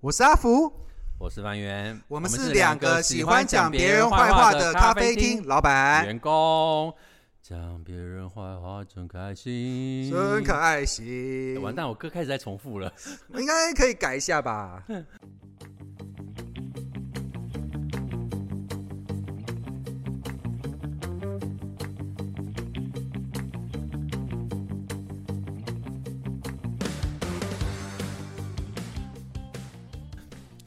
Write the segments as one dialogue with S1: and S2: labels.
S1: 我是阿福，
S2: 我是范源，
S1: 我们是两个喜欢讲别人坏话的咖啡厅老板，
S2: 员工，讲别人坏话真开心，
S1: 真开心。
S2: 完蛋，我歌开始在重复了。
S1: 应该可以改一下吧？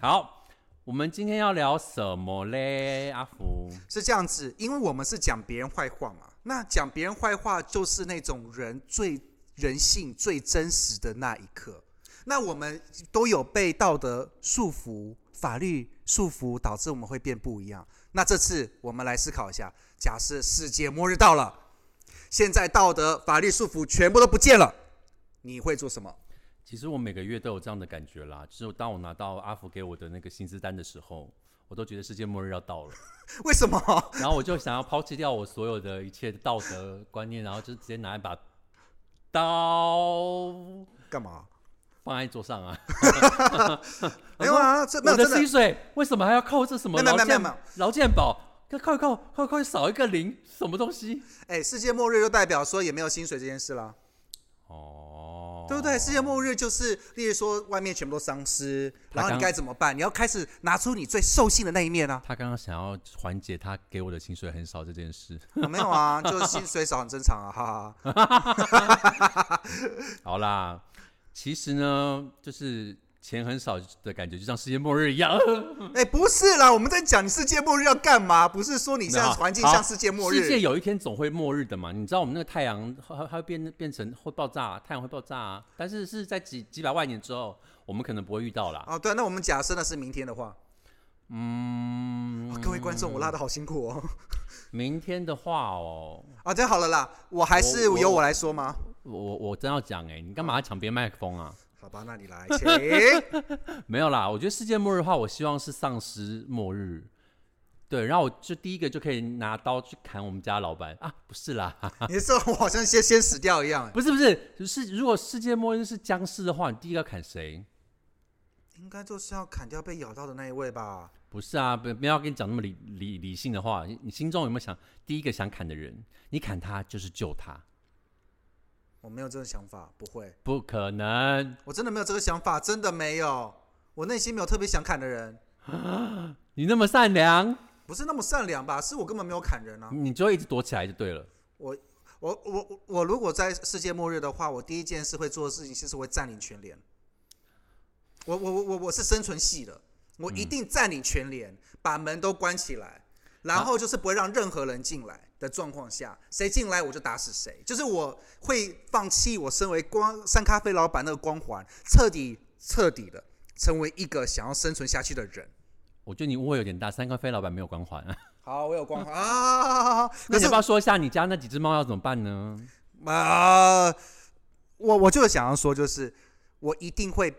S2: 好，我们今天要聊什么嘞？阿福，
S1: 是这样子，因为我们是讲别人坏话嘛。那讲别人坏话就是那种人最人性最真实的那一刻。那我们都有被道德束缚、法律束缚，导致我们会变不一样。那这次我们来思考一下：假设世界末日到了，现在道德、法律束缚全部都不见了，你会做什么？
S2: 其实我每个月都有这样的感觉啦，就是当我拿到阿福给我的那个薪资单的时候，我都觉得世界末日要到了，
S1: 为什么？
S2: 然后我就想要抛弃掉我所有的一切道德观念，然后就直接拿一把刀
S1: 干
S2: 啊
S1: 嘛？
S2: 放在桌上啊。
S1: 没有啊，这没有
S2: 我的
S1: 真
S2: 薪水为什么还要扣这什么
S1: 没有
S2: 劳
S1: 没有没有没
S2: 健
S1: 有
S2: 劳健保？扣一扣扣一扣少一个零，什么东西？
S1: 哎，世界末日就代表说也没有薪水这件事啦，
S2: 哦，
S1: 对不对？世界末日就是，例如说外面全部都丧尸，然后
S2: 他
S1: 你
S2: 刚
S1: 该怎么办？你要开始拿出你最兽性的那一面啊！
S2: 他刚刚想要缓解他给我的薪水很少这件事。
S1: 啊没有啊，就是薪水少很正常啊，哈哈。
S2: 好啦，其实呢，就是钱很少的感觉，就像世界末日 一样。
S1: 哎，不是啦，我们在讲你世界末日要干嘛，不是说你现在
S2: 好
S1: 环境
S2: 好
S1: 像世界末
S2: 世界
S1: 日。
S2: 有一天总会末日的嘛？你知道我们那个太阳它它它会变变成会爆炸，太阳会爆炸、啊，但是是在几几百万年之后，我们可能不会遇到啦。
S1: 哦，对，那我们假设那是明天的话，
S2: 嗯
S1: 哇，各位观众，我拉的好辛苦哦。
S2: 明天的话哦，
S1: 啊，这样好了啦，我还是
S2: 我我
S1: 由我来说吗？
S2: 我我我真要讲哎、你干嘛抢别人麦克风啊？
S1: 好吧，那你来，请。
S2: 没有啦，我觉得世界末日的话，我希望是丧尸末日。对，然后我就第一个就可以拿刀去砍我们家老板啊，不是啦，
S1: 你这我好像先先死掉一样、哎
S2: 不是不是，就是如果世界末日是僵尸的话，你第一个要砍谁？
S1: 应该就是要砍掉被咬到的那一位吧？
S2: 不是啊，不不要跟你讲那么理理理性的话，你你心中有没有想第一个想砍的人？你砍他就是救他，
S1: 我没有这个想法，不会，
S2: 不可能。
S1: 我真的没有这个想法，真的没有。我内心没有特别想砍的人，
S2: 你那么善良，
S1: 不是那么善良吧？是我根本没有砍人啊！
S2: 你就会一直躲起来就对了。
S1: 我我我我如果在世界末日的话，我第一件事会做的事情就是会占领全联。我我我我我是生存系的，我一定占领全联，把门都关起来，然后就是不会让任何人进来的状况下，谁进来我就打死谁。就是我会放弃我身为光三咖啡老板那个光环，彻底彻底的成为一个想要生存下去的人。
S2: 我觉得你误会有点大，三个飞老板没有光环。啊
S1: 好，我有光环啊！可
S2: 那你
S1: 是
S2: 要不要说一下你家那几只猫要怎么办呢？
S1: 啊，我我就想要说，就是我一定会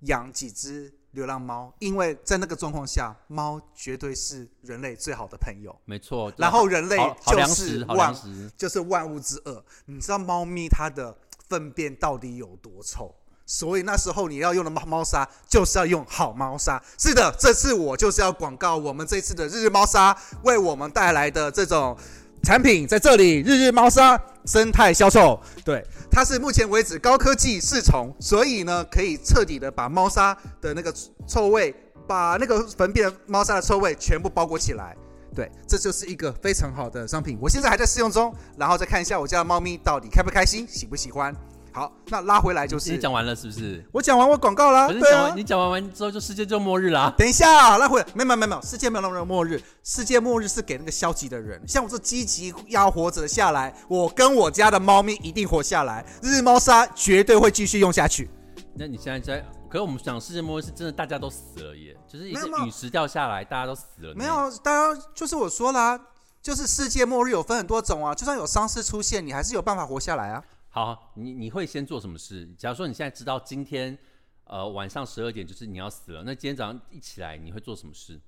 S1: 养几只流浪猫，因为在那个状况下，猫绝对是人类最好的朋友。
S2: 没错，
S1: 然后人类
S2: 好好
S1: 就
S2: 粮
S1: 是
S2: 食，好
S1: 万
S2: 粮食，
S1: 就是万物之恶。你知道猫咪它的粪便到底有多臭？所以那时候你要用的猫猫砂就是要用好猫砂。是的，这次我就是要广告我们这次的日日猫砂为我们带来的这种产品，在这里日日猫砂生态销售，对，它是目前为止高科技试虫，所以呢可以彻底的把猫砂的那个臭味，把那个粪便猫砂的臭味全部包裹起来。对，这就是一个非常好的商品。我现在还在试用中，然后再看一下我家的猫咪到底开不开心，喜不喜欢。好，那拉回来就
S2: 你
S1: 是，
S2: 讲完了是不是？
S1: 我讲完我广告啦，
S2: 可是
S1: 对
S2: 讲
S1: 啊
S2: 完，你讲完完之后就世界就末日啦。
S1: 等一下，拉回来，没有没有没有没有，世界没有那么末日，世界末日是给那个消极的人，像我这积极要活着下来，我跟我家的猫咪一定活下来，日猫砂绝对会继续用下去。
S2: 那你现在在，可是我们讲世界末日是真的，大家都死了耶，就是一
S1: 没
S2: 个
S1: 有没有
S2: 陨石掉下来，大家都死了呢。
S1: 没有，啊当然就是我说啦，就是世界末日有分很多种啊，就算有丧尸出现，你还是有办法活下来啊。
S2: 好，你你会先做什么事？假如说你现在知道今天呃晚上十二点就是你要死了，那今天早上一起来你会做什么事？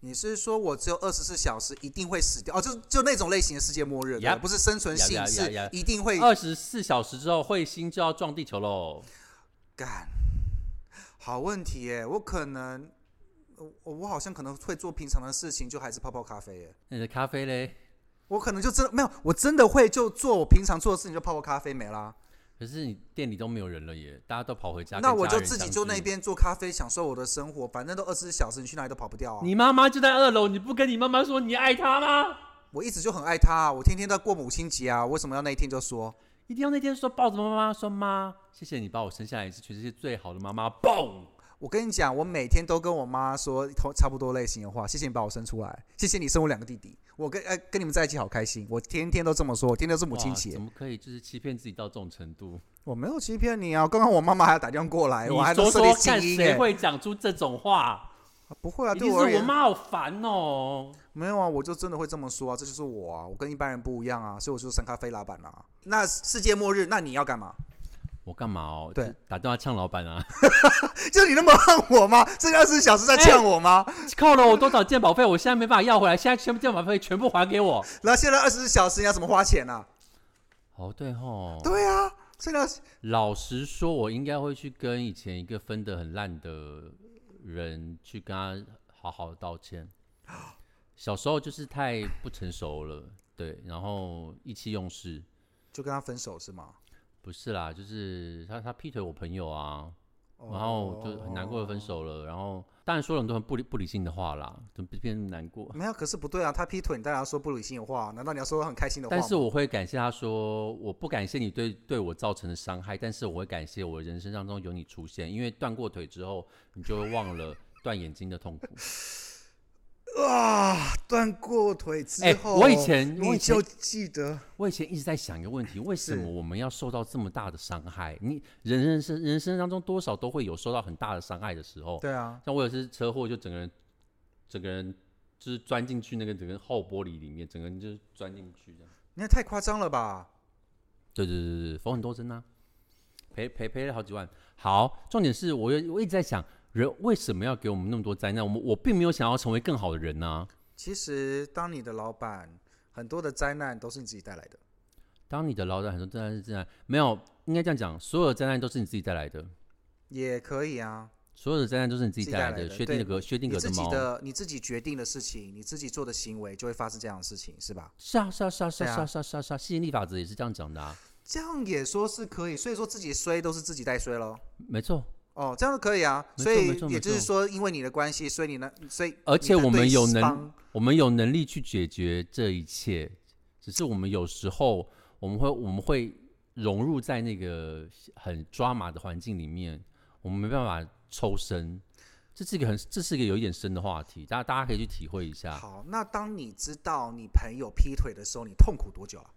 S1: 你是说我只有二十四小时一定会死掉？哦，就就那种类型的世界末日，对
S2: Yup
S1: 不是生存
S2: Yup，
S1: 性
S2: yup，
S1: 是
S2: yup，yup
S1: 一定会
S2: 二十四小时之后彗星就要撞地球喽。
S1: 干。好问题耶，我可能，呃我我好像可能会做平常的事情，就还是泡泡咖啡耶。
S2: 那你的咖啡嘞？
S1: 我可能就真的没有，我真的会就做我平常做的事情，就泡泡咖啡没啦。
S2: 可是你店里都没有人了耶，大家都跑回家。
S1: 那
S2: 跟
S1: 我
S2: 家
S1: 就
S2: 人
S1: 自己
S2: 相
S1: 就那
S2: 聚。
S1: 边做咖啡，享受我的生活，反正都二十四小时，你去哪里都跑不掉啊。
S2: 你妈妈就在二楼，你不跟你妈妈说你爱她吗？
S1: 我一直就很爱他啊，我天天在过母亲节啊，为什么要那一天就说？
S2: 一定要那天说抱着妈妈说妈，谢谢你把我生下来，你是全世界最好的妈妈。嘣！
S1: 我跟你讲，我每天都跟我妈说同差不多类型的话，谢谢你把我生出来，谢谢你生我两个弟弟，我跟哎跟你们在一起好开心，我天天都这么说，我天天都是母亲
S2: 哇
S1: 节
S2: 怎，么可以就是欺骗自己到这种程度？
S1: 我没有欺骗你啊，刚刚我妈妈还打电话过来，哎我还
S2: 你
S1: 能
S2: 说
S1: 设定
S2: 说
S1: 静
S2: 看
S1: 音
S2: 谁
S1: 哎、
S2: 会讲出这种话？
S1: 不会啊，
S2: 一
S1: 对
S2: 定
S1: 我而
S2: 是我
S1: 言
S2: 妈好烦哦。
S1: 没有啊，我就真的会这么说啊，这就是我啊，我跟一般人不一样啊，所以我就生咖啡老板啊。那世界末日，那你要干嘛？
S2: 我干嘛哦？
S1: 对
S2: 就打电话呛老板啊！
S1: 就你那么恨我吗？这二十四小时在呛我吗？
S2: 扣了我多少健保费，我现在没办法要回来，现在全部健保费全部还给我。
S1: 然后现在二十四小时你要怎么花钱啊？
S2: 哦，对吼，
S1: 对啊，现在
S2: 老实说，我应该会去跟以前一个分的很烂的人去跟他好好道歉。小时候就是太不成熟了，对，然后意气用事，
S1: 就跟他分手是吗？
S2: 不是啦，就是他他劈腿我朋友啊，
S1: 哦
S2: 然后哦就很难过的分手了，然后当然说了很多很不理不理性的话啦，就变难过。
S1: 没有，可是不对啊，他劈腿，你当然要说不理性的话，啊难道你要说很开心的话
S2: 但
S1: 吗？
S2: 是我会感谢他说，我不感谢你对对我造成的伤害，但是我会感谢我人生当中有你出现，因为断过腿之后，你就会 忘了断眼睛的痛苦。
S1: 啊，断过腿之
S2: 哎
S1: 后，
S2: 我以前我
S1: 你
S2: 以前
S1: 哦就记得
S2: 我以前一直在想一个问题，为什
S1: 是
S2: 么我们要受到这么大的伤害？你人人生人生当中多少都会有受到很大的伤害的时候，
S1: 对啊，
S2: 像我有次车祸，就整个人整个人就是钻进去那个整个后玻璃里面，整个人就是钻进去这样。
S1: 你也太夸张了吧？
S2: 对对对对对，缝很多针啊，赔赔赔了好几万。好，重点是我又我一直在想，人为什么要给我们那么多灾难？我们我并没有想要成为更好的人呐、
S1: 其实当你的老板，很多的灾难都是你自己带来的。
S2: 当你的老板很多灾难是灾难，没有应该这样讲，所有的灾难都是你自己带来的，
S1: 也可以啊，
S2: 所有的灾难都是你自己
S1: 自己
S2: 带
S1: 带
S2: 来
S1: 来
S2: 的。
S1: 的
S2: 薛定
S1: 对
S2: 谔，薛定
S1: 你
S2: 谔
S1: 自己
S2: 猫，
S1: 的你自己决定的事情，你自己做的行为就会发生这样的事情，是吧？
S2: 是啊是啊是啊是
S1: 对
S2: 啊
S1: 啊
S2: 是啊是啊是啊是啊，吸引力法则也是这样讲的啊，
S1: 这样也说是可以，所以说自己衰都是自己带衰喽。
S2: 没错。
S1: 哦，这样可以啊，
S2: 没错
S1: 所以
S2: 没错
S1: 也就
S2: 没
S1: 是
S2: 错
S1: 说，因为你的关系，所以你呢，所以
S2: 而且
S1: 你的
S2: 我们
S1: 对
S2: 有能
S1: 方
S2: 我们有能力去解决这一切，只是我们有时候我们会我们会融入在那个很抓马的环境里面，我们没办法抽身。这是一个很这是一个有一点深的话题，大家大家可以去体会一下。
S1: 好，那当你知道你朋友劈腿的时候，你痛苦多久啊？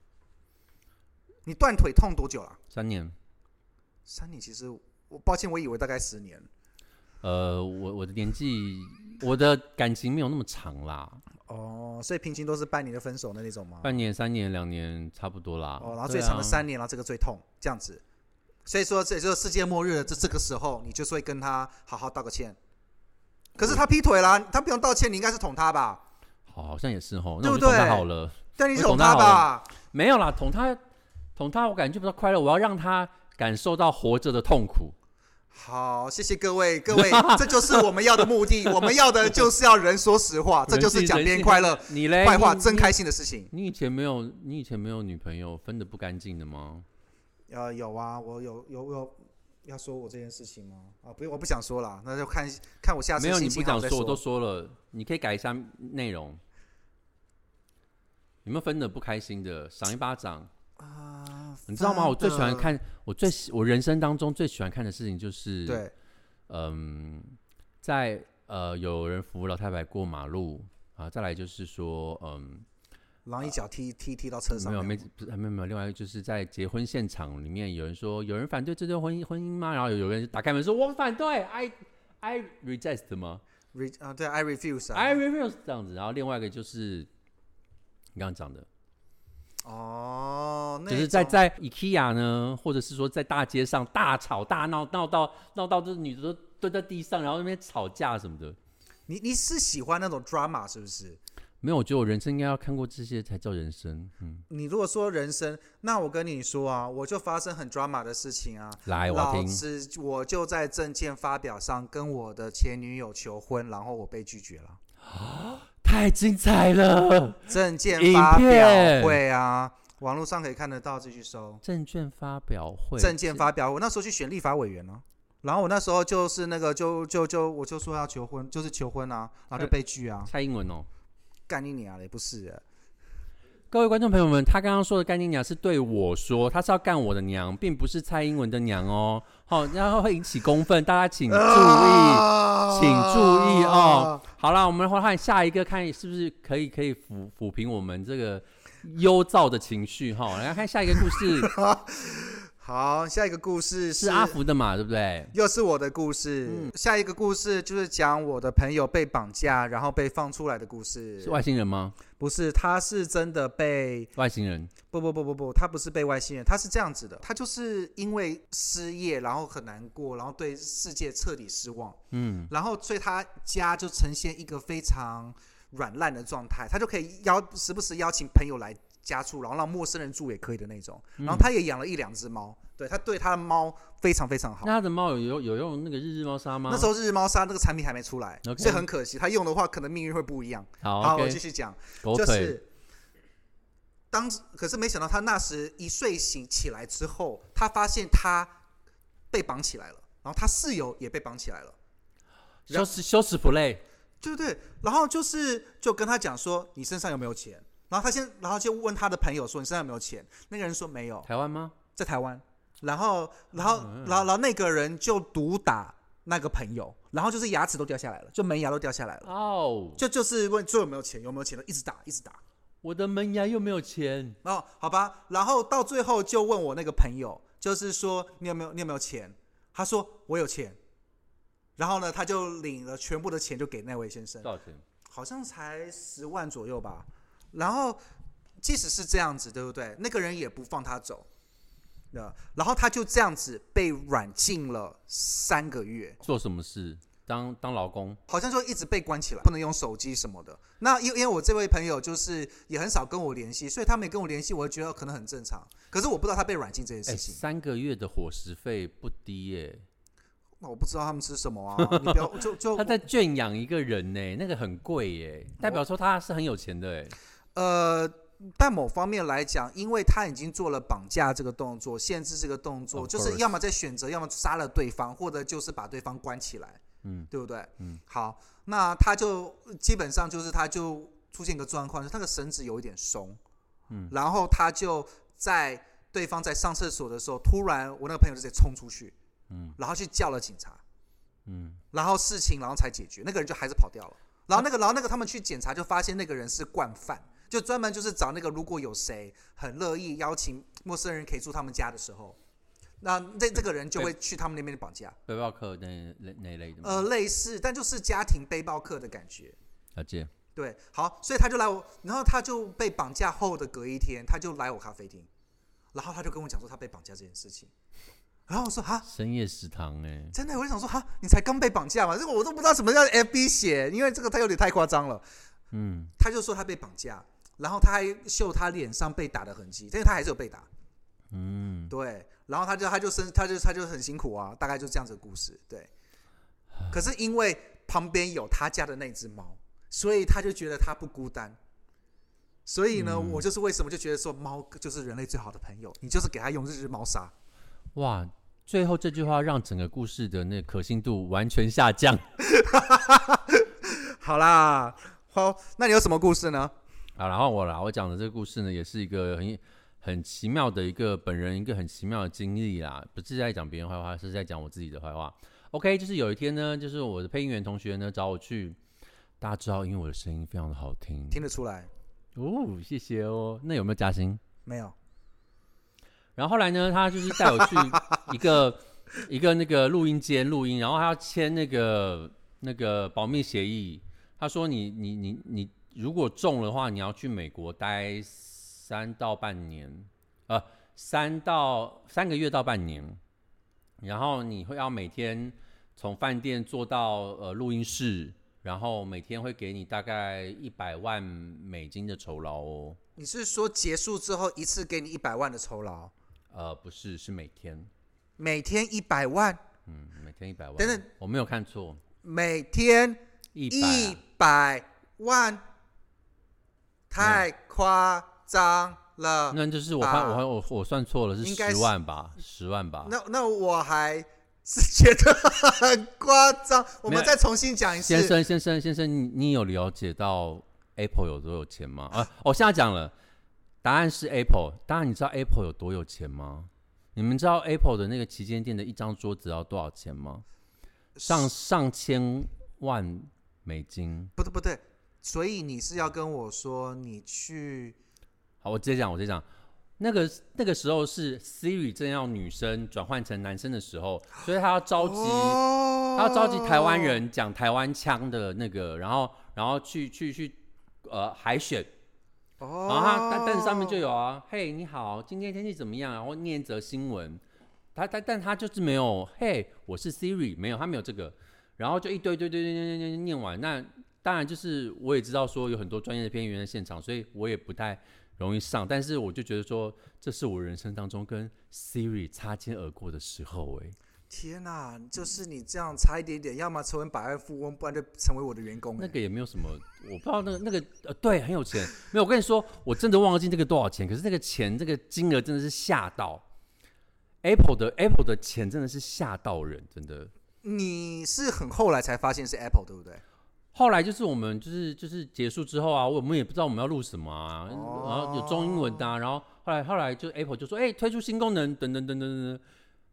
S1: 你断腿痛多久啊？
S2: 三年，
S1: 三年，其实我抱歉，我以为大概十年。
S2: 呃，我我的年纪，我的感情没有那么长啦，
S1: 哦，所以平均都是半年就分手的那种吗？
S2: 半年、三年、两年差不多啦。
S1: 哦，然后
S2: 对
S1: 最长
S2: 啊
S1: 的三年，然后这个最痛，这样子。所以说，这就是世界末日了。这这个时候，你就是会跟他好好道个歉。可是他劈腿啦，他不用道歉，你应该是捅他吧？
S2: 好，好像也是吼，那
S1: 对
S2: 我
S1: 不
S2: 就送他
S1: 对
S2: 好了。
S1: 但你是
S2: 我捅
S1: 捅
S2: 他
S1: 他
S2: 好
S1: 吧？
S2: 没有啦，捅他，捅他，我感觉不到快乐，我要让他感受到活着的痛苦。
S1: 好，谢谢各位，各位，这就是我们要的目的。我们要的就是要人说实话，啊这就是讲别人快乐、
S2: 你嘞？
S1: 坏话，
S2: 你
S1: 真。开心的事情。
S2: 你你以前没有，你以前没有女朋友，分的不干净的吗？
S1: 呃，有啊，我有有我有要说我这件事情吗？啊，不，我不想说了，那就看看我下次
S2: 没有，你
S1: 心
S2: 不
S1: 情好再
S2: 想说，我都说了，你可以改一下内容。有没有分的不开心的？赏一巴掌，
S1: 啊，
S2: 你知道吗？我最喜欢
S1: 真的
S2: 看，我最喜我人生当中最喜欢看的事情就是，
S1: 对
S2: 嗯，在呃有人扶老太太过马路啊，再来就是说，嗯，
S1: 狼一脚踢踢踢到车上
S2: 没有，
S1: 面，
S2: 没不是没有没有。另外一个就是在结婚现场里面，有人说有人反对这段婚姻婚姻吗？然后有人就打开门说我反对，I I reject 吗
S1: re 啊，对，I refuse 啊。
S2: ？I refuse 这样子。然后另外一个就是你刚刚讲的，
S1: 哦，那
S2: 就是
S1: 种
S2: 在在 IKEA 呢，或者是说在大街上大吵大闹，闹到闹到这女的都蹲在地上，然后那边吵架什么的。
S1: 你你是喜欢那种 drama 是不是？
S2: 没有，我觉得我人生应该要看过这些才叫人生。嗯，
S1: 你如果说人生，那我跟你说啊，我就发生很 drama 的事情啊。
S2: 哎来，我要
S1: 老
S2: 听。
S1: 子我就在证件发表上跟我的前女友求婚，然后我被拒绝了。
S2: 太精彩了！
S1: 证件
S2: 影
S1: 发表
S2: 片
S1: 会啊，网络上可以看得到，自己去搜。
S2: 证券发表会，
S1: 证件发表会，我那时候去选立法委员呢、然后我那时候就是那个就就就我就说要求婚，就是求婚啊，然后
S2: 呃
S1: 就被拒啊，
S2: 蔡英文哦。
S1: 干你娘嘞，不是欸、
S2: 各位观众朋友们，他刚刚说的干爹娘是对我说，他是要干我的娘，并不是蔡英文的娘哦。好、然后会引起公愤，大家请注意。
S1: 啊
S2: 请注意哦。好啦，我们换下一个，看是不是可以可以抚抚平我们这个忧躁的情绪哈。来看下一个 故事，
S1: 好，下一个故事
S2: 是阿福的嗯嘛，对不对？
S1: 又是我的故事。下一个故事就是讲我的朋友被绑架，然后被放出来的故事
S2: 是。外星人吗？
S1: 不是，他是真的被
S2: 外星人
S1: 不不不不不，他不是被外星人，他是这样子的，他就是因为失业，然后很难过，然后对世界彻底失望，嗯，然后所以他家就呈现一个非常软烂的状态，他就可以邀时不时邀请朋友来家住，然后让陌生人住也可以的那种，
S2: 嗯
S1: 然后他也养了一两只猫，对他对他的猫非常非常好
S2: 那。他的猫有有有用那个日日猫砂吗？
S1: 那时候日猫砂那个产品还没出来
S2: OK
S1: 所以很可惜，他用的话可能命运会不一样。
S2: 好
S1: 好，我
S2: OK，
S1: 继续讲。
S2: 狗
S1: 就
S2: 腿
S1: 是当时可是没想到他那时一睡醒起来之后，他发现他被绑起来了，然后他室友也被绑起来了，
S2: 羞耻羞耻 play，
S1: 对不对？然后就是就跟他讲说你身上有没有钱，然后他先然后就问他的朋友说你身上有没有钱，那个人说没有，
S2: 台湾吗？
S1: 在台湾。然后然后
S2: 嗯
S1: 然后然后那个人就毒打那个朋友，然后就是牙齿都掉下来了，就门牙都掉下来了。
S2: 哦，
S1: 就就是问说有没有钱，有没有钱的，一直打，一直打，
S2: 我的门牙又没有钱，
S1: 哦，好吧，然后到最后就问我那个朋友，就是说你有没有你有没有钱？他说我有钱，然后呢，他就领了全部的钱就给那位先生，
S2: 多少钱？
S1: 好像才十万左右吧。然后即使是这样子，对不对？那个人也不放他走，那然后他就这样子被软禁了三个月，
S2: 做什么事？当当劳工？
S1: 好像就一直被关起来，不能用手机什么的。那因为因为我这位朋友就是也很少跟我联系，所以他没跟我联系，我会觉得可能很正常。可是我不知道他被软禁这件
S2: 哎，
S1: 事情，
S2: 三个月的伙食费不低耶，
S1: 那我不知道他们吃什么啊。你不要就就
S2: 他在圈养一个人呢，那个很贵耶，代表说他是很有钱的哎。
S1: 哦呃，但某方面来讲，因为他已经做了绑架这个动作，限制这个动作，
S2: Of
S1: 就是
S2: course
S1: 要么在选择，要么杀了对方，或者就是把对方关起来，
S2: 嗯，
S1: 对不对？
S2: 嗯，
S1: 好，那他就基本上就是他就出现一个状况，就是那个绳子有一点松，嗯，然后他就在对方在上厕所的时候，突然我那个朋友就直接冲出去，嗯，然后去叫了警察，
S2: 嗯，
S1: 然后事情然后才解决，那个人就还是跑掉了。然后那个，然后那个他们去检查，就发现那个人是惯犯，就专门就是找那个如果有谁很乐意邀请陌生人可以住他们家的时候，那这这个人就会去他们那边绑架，
S2: 背包客那那那一类的吗？
S1: 呃，类似，但就是家庭背包客的感觉。
S2: 了解。
S1: 对，好，所以他就来我，然后他就被绑架后的隔一天，他就来我咖啡厅，然后他就跟我讲说他被绑架这件事情，然后我说哈，
S2: 深夜食堂哎、
S1: 真的，我就想说哈，你才刚被绑架嘛，这个我都不知道什么叫 FB 血，因为这个他有点太夸张了。
S2: 嗯，
S1: 他就说他被绑架，然后他还秀他脸上被打的痕迹，但是他还是有被打。嗯，对，然后他就他就生他就他就很辛苦啊，大概就这样子的故事。对，可是因为旁边有他家的那只猫，所以他就觉得他不孤单。所以呢，我就是为什么就觉得说猫就是人类最好的朋友，你就是给它用日日猫砂。
S2: 哇，最后这句话让整个故事的那可信度完全下降。
S1: 好啦，好，那你有什么故事呢？
S2: 好，然后我啦，我讲的这个故事呢，也是一个很很奇妙的一个本人一个很奇妙的经历啦，不是在讲别人坏话，是在讲我自己的坏话。OK，就是有一天呢，就是我的配音员同学呢找我去，大家知道，因为我的声音非常的好听
S1: 听得出来
S2: 哦，谢谢哦。那有没有加薪？
S1: 没有？
S2: 然后后来呢，他就是带我去一个一个那个录音间录音，然后他要签那个那个保密协议。他说你你你你如果中的话，你要去美国待三到半年，呃，三到三个月到半年，然后你会要每天从饭店坐到呃录音室，然后每天会给你大概一百万美金的酬劳哦。
S1: 你是说结束之后一次给你一百万的酬劳，
S2: 呃，不是，是每天，
S1: 每天一百万，
S2: 嗯，每天一百万。
S1: 等等，
S2: 我没有看错，
S1: 每天
S2: 一
S1: 一
S2: 百
S1: 百万，太夸张了
S2: 啊，。那就是我发
S1: 啊
S2: 我发我我算错了，是
S1: 应该是
S2: 十万吧，十万吧。
S1: 那那我还是觉得很夸张。我
S2: 没
S1: 们
S2: 有
S1: 再重新讲一
S2: 先
S1: 次，
S2: 生，先生，先生，你你有了解到 Apple 有多有钱吗？啊，我、现在讲了，答案是 Apple。当然，你知道 Apple 有多有钱吗？你们知道 Apple 的那个旗舰店的一张桌子要多少钱吗？上上千万美金。
S1: 不对不对，所以你是要跟我说你去
S2: 好，我直接讲，我直接讲。那个那个时候是 Siri 正要女生转换成男生的时候，所以他要召集
S1: 哦
S2: 他要召集台湾人讲台湾腔的那个，然后然后去去去呃海选，
S1: 哦，
S2: 然后他但但是上面就有啊，嘿你好，今天天气怎么样啊？然后念一则新闻，他但但他就是没有，嘿我是 Siri，没有他没有这个，然后就一堆堆堆堆堆堆堆念完，那当然就是我也知道说有很多专业的编译员在现场，所以我也不太。容易上，但是我就觉得说，这是我人生当中跟 Siri 擦肩而过的时候、哎，
S1: 天哪、就是你这样差一点点，要么成为百万富翁，不然就成为我的员工、
S2: 那
S1: 欸。
S2: 个也没有什么，我不知道那个那个呃，对，很有钱。没有，我跟你说，我真的忘记那个多少钱，可是那个钱这个金额真的是吓到 Apple 的 Apple 的钱真的是吓到人，真的。
S1: 你是很后来才发现是 Apple 对不对？
S2: 后来就是我们就是就是结束之后啊，我们也不知道我们要录什么啊，然后有中英文的、啊，然后后来后来就 Apple 就说，哎、推出新功能，等等等等等等。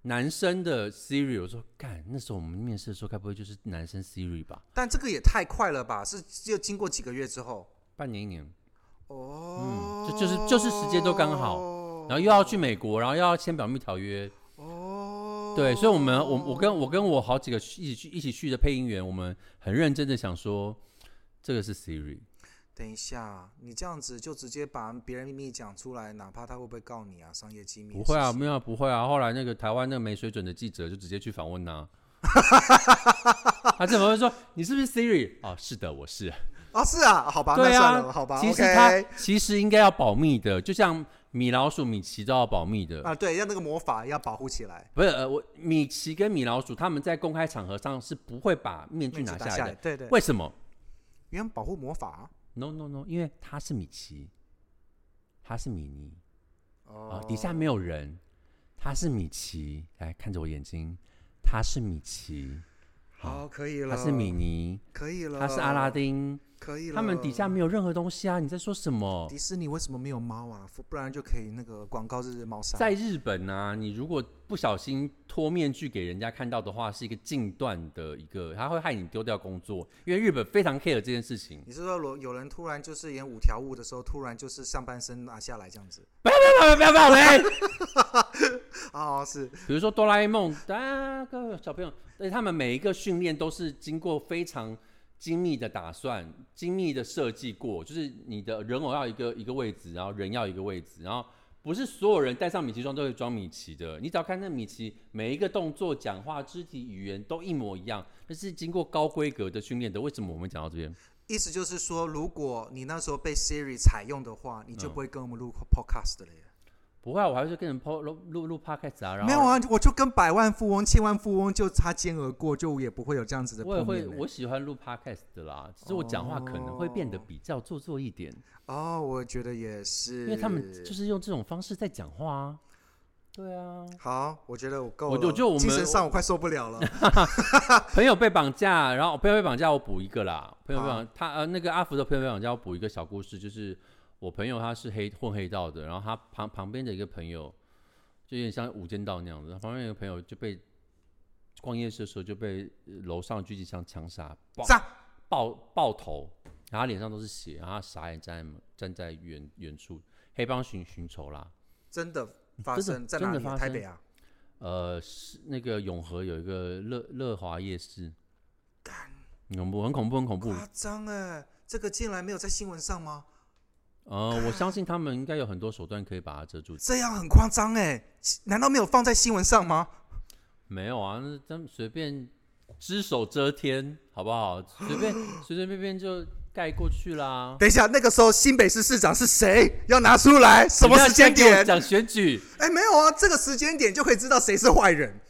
S2: 男生的 Siri，我说干，那时候我们面试的时候，该不会就是男生 Siri 吧？
S1: 但这个也太快了吧？是就经过几个月之后
S2: 半年一年，
S1: 哦，
S2: 就就是就是时间都刚好然后又要去美国，然后又要签保密条约，
S1: 哦，
S2: 对，所以我们我我跟我跟我好几个去一起去一起去的配音员，我们很认真的想说，这个是 Siri，
S1: 等一下，你这样子就直接把别人秘密讲出来，哪怕他会不会告你啊？商业机密
S2: 不会啊，
S1: 是不是
S2: 没有啊不会啊。后来那个台湾那个没水准的记者就直接去访 问呐、啊，他怎么会说你是不是 Siri？哦，是的，我是。
S1: 啊，是啊，好吧，那
S2: 对
S1: 算
S2: 啊，
S1: 了，好吧
S2: 其实他
S1: ，OK，
S2: 其实应该要保密的，就像米老鼠、米奇都要保密的。
S1: 啊，对，要那个魔法要保护起来，
S2: 不是呃，我米奇跟米老鼠他们在公开场合上是不会把面具
S1: 面具
S2: 拿
S1: 打
S2: 下
S1: 下
S2: 来的，
S1: 对对，
S2: 为什么？
S1: 原来保护魔法啊
S2: No no no，因为他是米奇，他是米妮啊、
S1: 哦
S2: 底下没有人，他是米奇，来看着我眼睛，他是米奇，
S1: 好，可以了，
S2: 他是米，妮，
S1: 可以了，
S2: 他是阿拉，丁，
S1: 可以了，
S2: 他们底下没有任何东西啊！你在说什么？
S1: 迪士尼为什么没有猫啊？不不然就可以那个广告日猫砂，
S2: 在日本啊，你如果不小心脱面具给人家看到的话，是一个禁断的一个，他会害你丢掉工作，因为日本非常 care 这件事情。
S1: 你是说有有人突然就是演五条悟的时候，突然就是上半身拿下来这样子？
S2: 不要不要不要！喂
S1: 哦，是
S2: 比如说哆啦 A 梦，啊，各位小朋友，而且他们每一个训练都是经过非常精密的打算、精密的设计过，就是你的人偶要一个一个位置，然后人要一个位置，然后不是所有人戴上米奇装都会装米奇的。你只要看那米奇每一个动作、讲话、肢体语言都一模一样，那是经过高规格的训练的。为什么我们讲到这边？
S1: 意思就是说，如果你那时候被 Siri 采用的话，你就不会跟我们录 podcast 了耶。
S2: 不会、啊，我还是跟人 po 录录录 podcast 啊，然后
S1: 没有啊，我就跟百万富翁、千万富翁就擦肩而过，就也不会有这样子的
S2: 我也
S1: 碰面
S2: 会，
S1: 了。
S2: 我喜欢录 podcast 的啦，只是我讲话可能会变得比较做作一点。
S1: 哦，我觉得也是，
S2: 因为他们就是用这种方式在讲话啊。对啊，
S1: 好，我觉得我够了，
S2: 我就就我们
S1: 精神上我快受不 了了。
S2: 朋友被绑架，然后朋友被绑架，我补一个啦。朋友被
S1: 好
S2: 绑他呃那个阿福的朋友被绑架，我补一个小故事，就是我朋友他是黑混黑道的，然后他旁旁边的一个朋友就有点像《无间道》那样子，他旁边有一个朋友就被逛夜市的时候就被呃楼上狙击枪枪杀，爆
S1: 炸
S2: 爆爆头，然后他脸上都是血，啊然后他傻眼站在站在远远处，黑帮寻寻仇啦。
S1: 真的发
S2: 真的
S1: 生在
S2: 真
S1: 哪
S2: 的
S1: 里
S2: 发
S1: 啊？
S2: 生
S1: 台北啊？
S2: 呃，是那个永和有一个乐乐华夜市，很恐怖，很恐怖，很恐怖。
S1: 夸张哎，这个竟然没有在新闻上吗？
S2: 呃，我相信他们应该有很多手段可以把它遮住。
S1: 这样很夸欸张哎，难道没有放在新闻上吗？
S2: 没有啊，那他们随便只手遮天，好不好？随 便随随便便就盖过去啦。
S1: 等一下，那个时候新北市市长是谁？要拿出来什么时间
S2: 你不要先给我
S1: 点？
S2: 讲选举？
S1: 哎，没有啊，这个时间点就可以知道谁是坏人。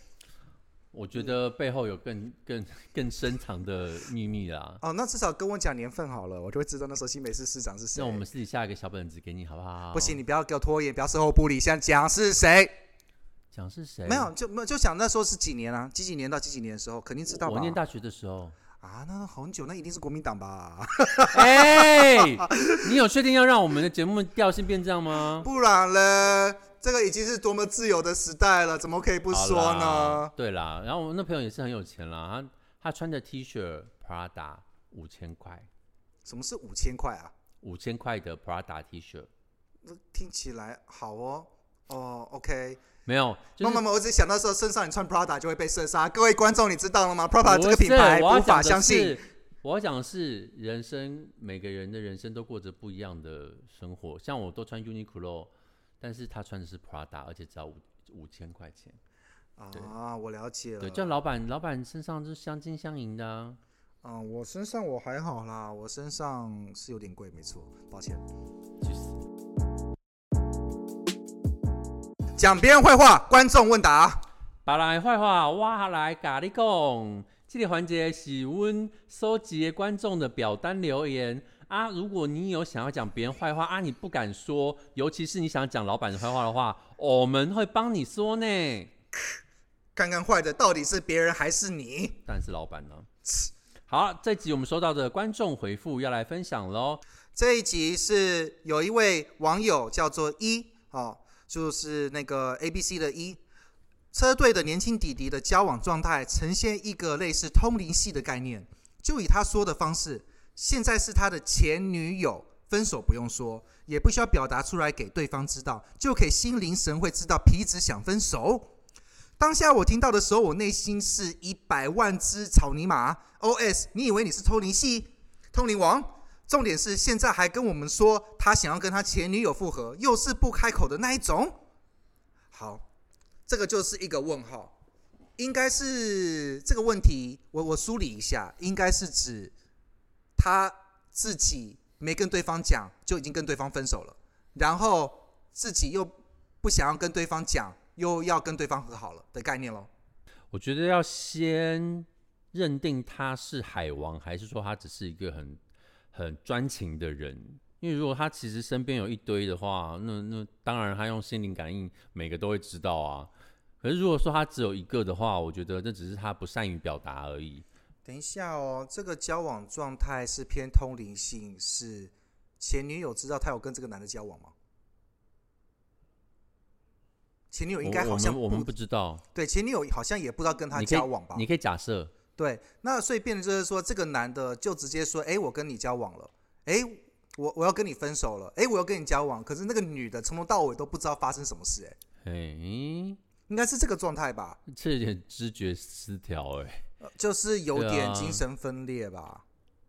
S2: 我觉得背后有更更更深藏的秘密啦。
S1: 哦，那至少跟我讲年份好了，我就会知道那时候新北市市长是谁。
S2: 那我们私底下一个小本子给你，好不好？
S1: 不行，，你不要给我拖延，不要事后不理，现在讲是谁？
S2: 讲是谁？
S1: 没有，就没有就想那时候是几年啊？几几年到几几年的时候，肯定知道吧
S2: 我？念大学的时候，
S1: 啊，那很久，那一定是国民党吧？
S2: 哎、你有确定要让我们的节目调性变这样吗？
S1: 不然嘞，这个已经是多么自由的时代了，怎么可以不
S2: 好
S1: 说
S2: 啦
S1: 呢？？
S2: 对啦，然后我那朋友也是很有钱啦，他他穿着 T 恤 Prada 五千块，
S1: 什么是五千块啊？
S2: 五千块的 Prada T 恤，
S1: 这听起来好哦。哦，OK，
S2: 没有，就
S1: 那
S2: 是
S1: 么、我只想到说身上你穿 Prada 就会被射杀，各位观众你知道了吗？Prada
S2: 不
S1: 这个品
S2: 是
S1: 牌
S2: 我要
S1: 无
S2: 讲
S1: 法
S2: 的
S1: 相信
S2: 是。我要讲的是，人生每个人的人生都过着不一样的生活。像我都穿 Uniqlo，但是他穿的是 Prada，而且只要五五千块钱。
S1: 啊，我了解
S2: 对，
S1: 了。
S2: 这样老板老板身上就是相金相银的、啊。
S1: 嗯，我身上我还好啦，我身上是有点贵，没错，抱歉。
S2: 去死
S1: 讲别人坏话，观众问答。
S2: 别人的坏话，我来甲你讲。这个环节是阮收集的观众的表单留言啊。如果你有想要讲别人坏话啊，你不敢说，尤其是你想讲老板的坏话的话，我们会帮你说呢。
S1: 看看坏的到底是别人还是你？
S2: 当然是老板呢、好，这集我们收到的观众回复要来分享喽。
S1: 这一集是有一位网友叫做一、哦，就是那个 A B C 的一、车队的年轻弟弟的交往状态呈现一个类似通灵系的概念。就以他说的方式，现在是他的前女友，分手不用说，也不需要表达出来给对方知道，就可以心领神会知道皮子想分手。当下我听到的时候，我内心是一百万只草泥马 OS，你以为你是通灵系、通灵王？重点是现在还跟我们说他想要跟他前女友复合，又是不开口的那一种。好，这个就是一个问号。应该是这个问题，我我梳理一下，应该是指他自己没跟对方讲，就已经跟对方分手了，然后自己又不想要跟对方讲，又要跟对方和好了的概念咯。
S2: 我觉得要先认定他是海王，还是说他只是一个很很专情的人？因为如果他其实身边有一堆的话，那那当然他用心灵感应，每个都会知道啊。可是如果说他只有一个的话，我觉得那只是他不善于表达而已。
S1: 等一下哦，这个交往状态是偏通灵性，是前女友知道他有跟这个男的交往吗？前女友
S2: 我
S1: 应该好
S2: 我
S1: 像
S2: 们我们不知道，
S1: 对，前女友好像也不知道跟他
S2: 你可以
S1: 交往吧？
S2: 你可以假设，
S1: 对，那所以变成就是说，这个男的就直接说：“哎，我跟你交往了，哎，我我要跟你分手了，哎，我要跟你交往。”可是那个女的从头到尾都不知道发生什么事，哎，
S2: 哎，
S1: 应该是这个状态吧，
S2: 这有点知觉失调哎、
S1: 呃就是有
S2: 对
S1: 点
S2: 啊
S1: 精神分裂吧，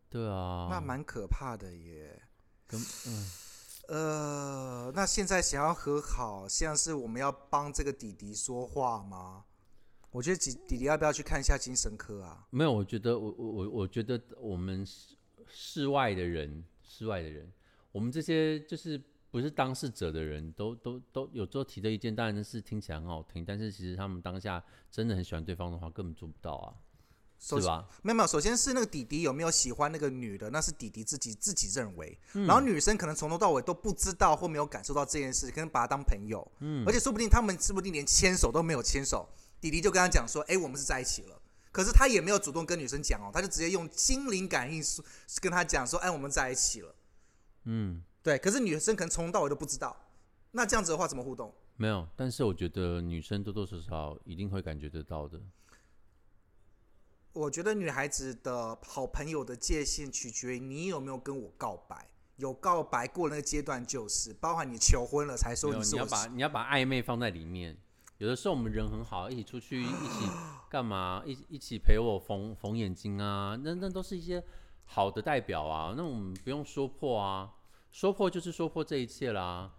S2: 对啊，
S1: 那蛮可怕的耶。
S2: 跟嗯，
S1: 呃，那现在想要和好，像是我们要帮这个弟弟说话吗？我觉得弟弟弟要不要去看一下精神科啊？
S2: 没有，我觉得我我我我觉得我们室室外的人，室外的人，我们这些就是不是当事者的人都都都有时候提的意见，当然是听起来很好听，但是其实他们当下真的很喜欢对方的话，根本做不到啊，
S1: 首
S2: 是吧？
S1: 没有没有，首先是那个弟弟有没有喜欢那个女的，那是弟弟自己自己认为，
S2: 嗯
S1: 然后女生可能从头到尾都不知道或没有感受到这件事，可能把他当朋友，嗯，而且说不定他们说不定连牵手都没有牵手，弟弟就跟他讲说，哎、我们是在一起了，可是他也没有主动跟女生讲哦，他就直接用心灵感应说跟他讲说，哎、我们在一起了，
S2: 嗯，
S1: 对，可是女生可能从头到尾都不知道，那这样子的话怎么互动？
S2: 没有，但是我觉得女生多多少少一定会感觉得到的。
S1: 我觉得女孩子的好朋友的界限取决于你有没有跟我告白，有告白过那个阶段就是，包含你求婚了才说
S2: 没有
S1: 你是
S2: 要
S1: 我
S2: 把你要把暧昧放在里面。有的时候我们人很好，一起出去，一起干嘛，一起一起陪我缝缝眼睛啊，那那都是一些好的代表啊。那我们不用说破啊，说破就是说破这一切啦。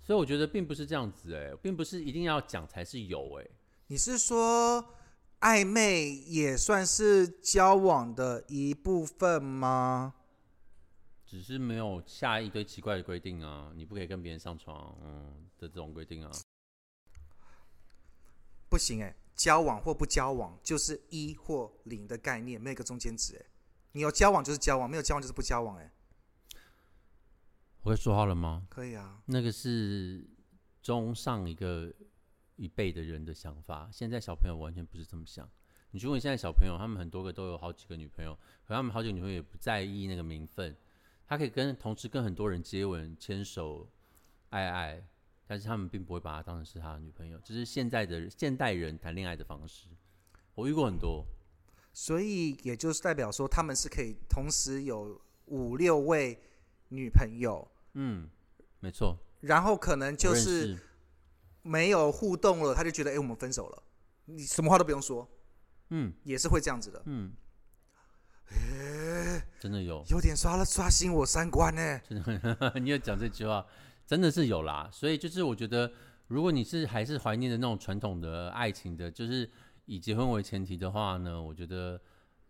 S2: 所以欸我觉得并不是这样子哎、并不是一定要讲才是有哎、
S1: 你是说暧昧也算是交往的一部分吗？
S2: 只是没有下一堆奇怪的规定啊，你不可以跟别人上床，嗯的这种规定啊。
S1: 不行哎、交往或不交往就是一或零的概念，没有一个中间值哎、你有交往就是交往，没有交往就是不交往哎、
S2: 我会说话了吗？
S1: 可以啊，
S2: 那个是中上一个一辈的人的想法，现在小朋友完全不是这么想。你去问现在小朋友，他们很多个都有好几个女朋友，可他们好几个女朋友也不在意那个名分，他可以跟同时跟很多人接吻、牵手、爱爱，但是他们并不会把她当成是他的女朋友，这是现在的现代人谈恋爱的方式。我遇过很多，
S1: 所以也就是代表说他们是可以同时有五六位女朋友，
S2: 嗯，没错，
S1: 然后可能就
S2: 我认
S1: 是
S2: 识
S1: 没有互动了，他就觉得哎、诶我们分手了，你什么话都不用说，
S2: 嗯，
S1: 也是会这样子的，
S2: 真的有，
S1: 有点刷了刷新我三观呢、
S2: 真的， 你有讲这句话，真的是有啦。所以就是我觉得，如果你是还是怀念的那种传统的爱情的，就是以结婚为前提的话呢，我觉得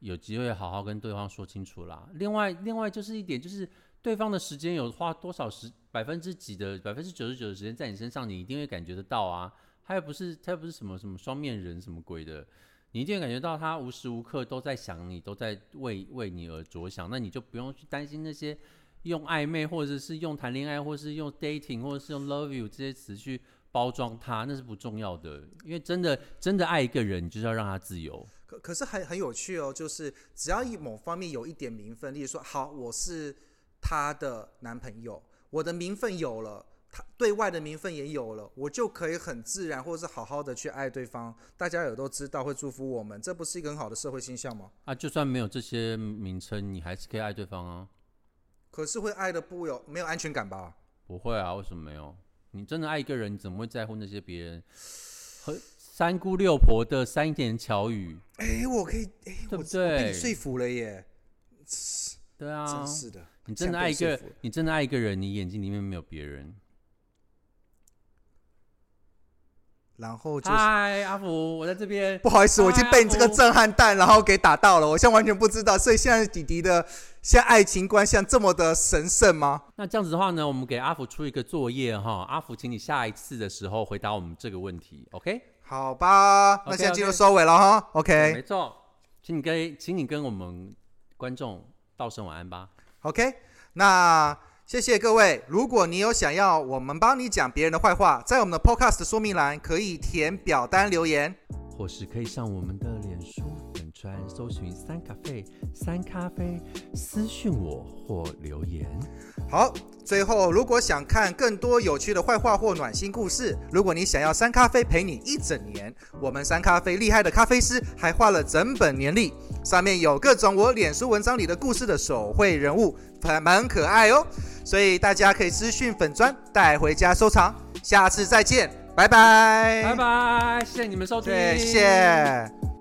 S2: 有机会好好跟对方说清楚啦。另外，另外就是一点，就是对方的时间有花多少时百分之几的百分之九十九的时间在你身上，你一定会感觉得到啊。他又不是他又不是什么什么双面人什么鬼的，你一定会感觉到他无时无刻都在想你，都在为为你而着想，那你就不用去担心那些用暧昧或者是用谈恋爱，或是用 dating，或者是用 love you 这些词去包装它，那是不重要的。因为真的真的爱一个人，你就是要让他自由。
S1: 可可是很很有趣哦，就是只要一某方面有一点名分，例如说，好，我是她的男朋友，我的名分有了，他对外的名分也有了，我就可以很自然或者是好好的去爱对方。大家也都知道会祝福我们，这不是一个很好的社会现象吗？
S2: 啊，就算没有这些名称，你还是可以爱对方啊。
S1: 可是会爱的不有没有安全感吧？
S2: 不会啊，为什么没有？你真的爱一个人，你怎么会在乎那些别人和三姑六婆的三言巧语？
S1: 哎，我可以，哎，
S2: 对不
S1: 我我被你
S2: 对
S1: 说服了耶，
S2: 对啊，
S1: 真是的，
S2: 你
S1: 这样
S2: 真的
S1: 被
S2: 爱一个
S1: 说服了，
S2: 你真的爱一个人，你眼睛里面没有别人。
S1: 然后就是。
S2: 嗨，阿福，我在这边。
S1: 不好意思，我已经被你这个
S2: 哎呀我
S1: 震撼弹然后给打到了，我现在完全不知道。所以现在弟弟的现在爱情观像这么的神圣吗？
S2: 那这样子的话呢，我们给阿福出一个作业哈，阿福，请你下一次的时候回答我们这个问题，OK？
S1: 好吧，那
S2: OK，
S1: 现在进入
S2: OK
S1: 收尾了哈。
S2: 没
S1: OK
S2: 错，请你跟请你跟我们观众道声晚安吧。
S1: OK，那谢谢各位。如果你有想要我们帮你讲别人的坏话，在我们的 Podcast 说明栏可以填表单留言。
S2: 或是可以上我们的脸书粉专搜寻“三咖啡”，三咖啡私讯我或留言。
S1: 好，最后如果想看更多有趣的坏话或暖心故事，如果你想要三咖啡陪你一整年，我们三咖啡厉害的咖啡师还画了整本年历，上面有各种我脸书文章里的故事的手绘人物，还蛮可爱哦。所以大家可以私讯粉砖带回家收藏。下次再见，拜拜，
S2: 拜，拜，谢谢你们收听，
S1: 谢谢。